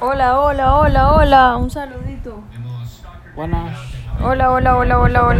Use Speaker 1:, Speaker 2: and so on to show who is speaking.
Speaker 1: Hola, hola, hola, hola. Un saludito.
Speaker 2: Buenas.
Speaker 1: Hola, hola, hola, hola, hola.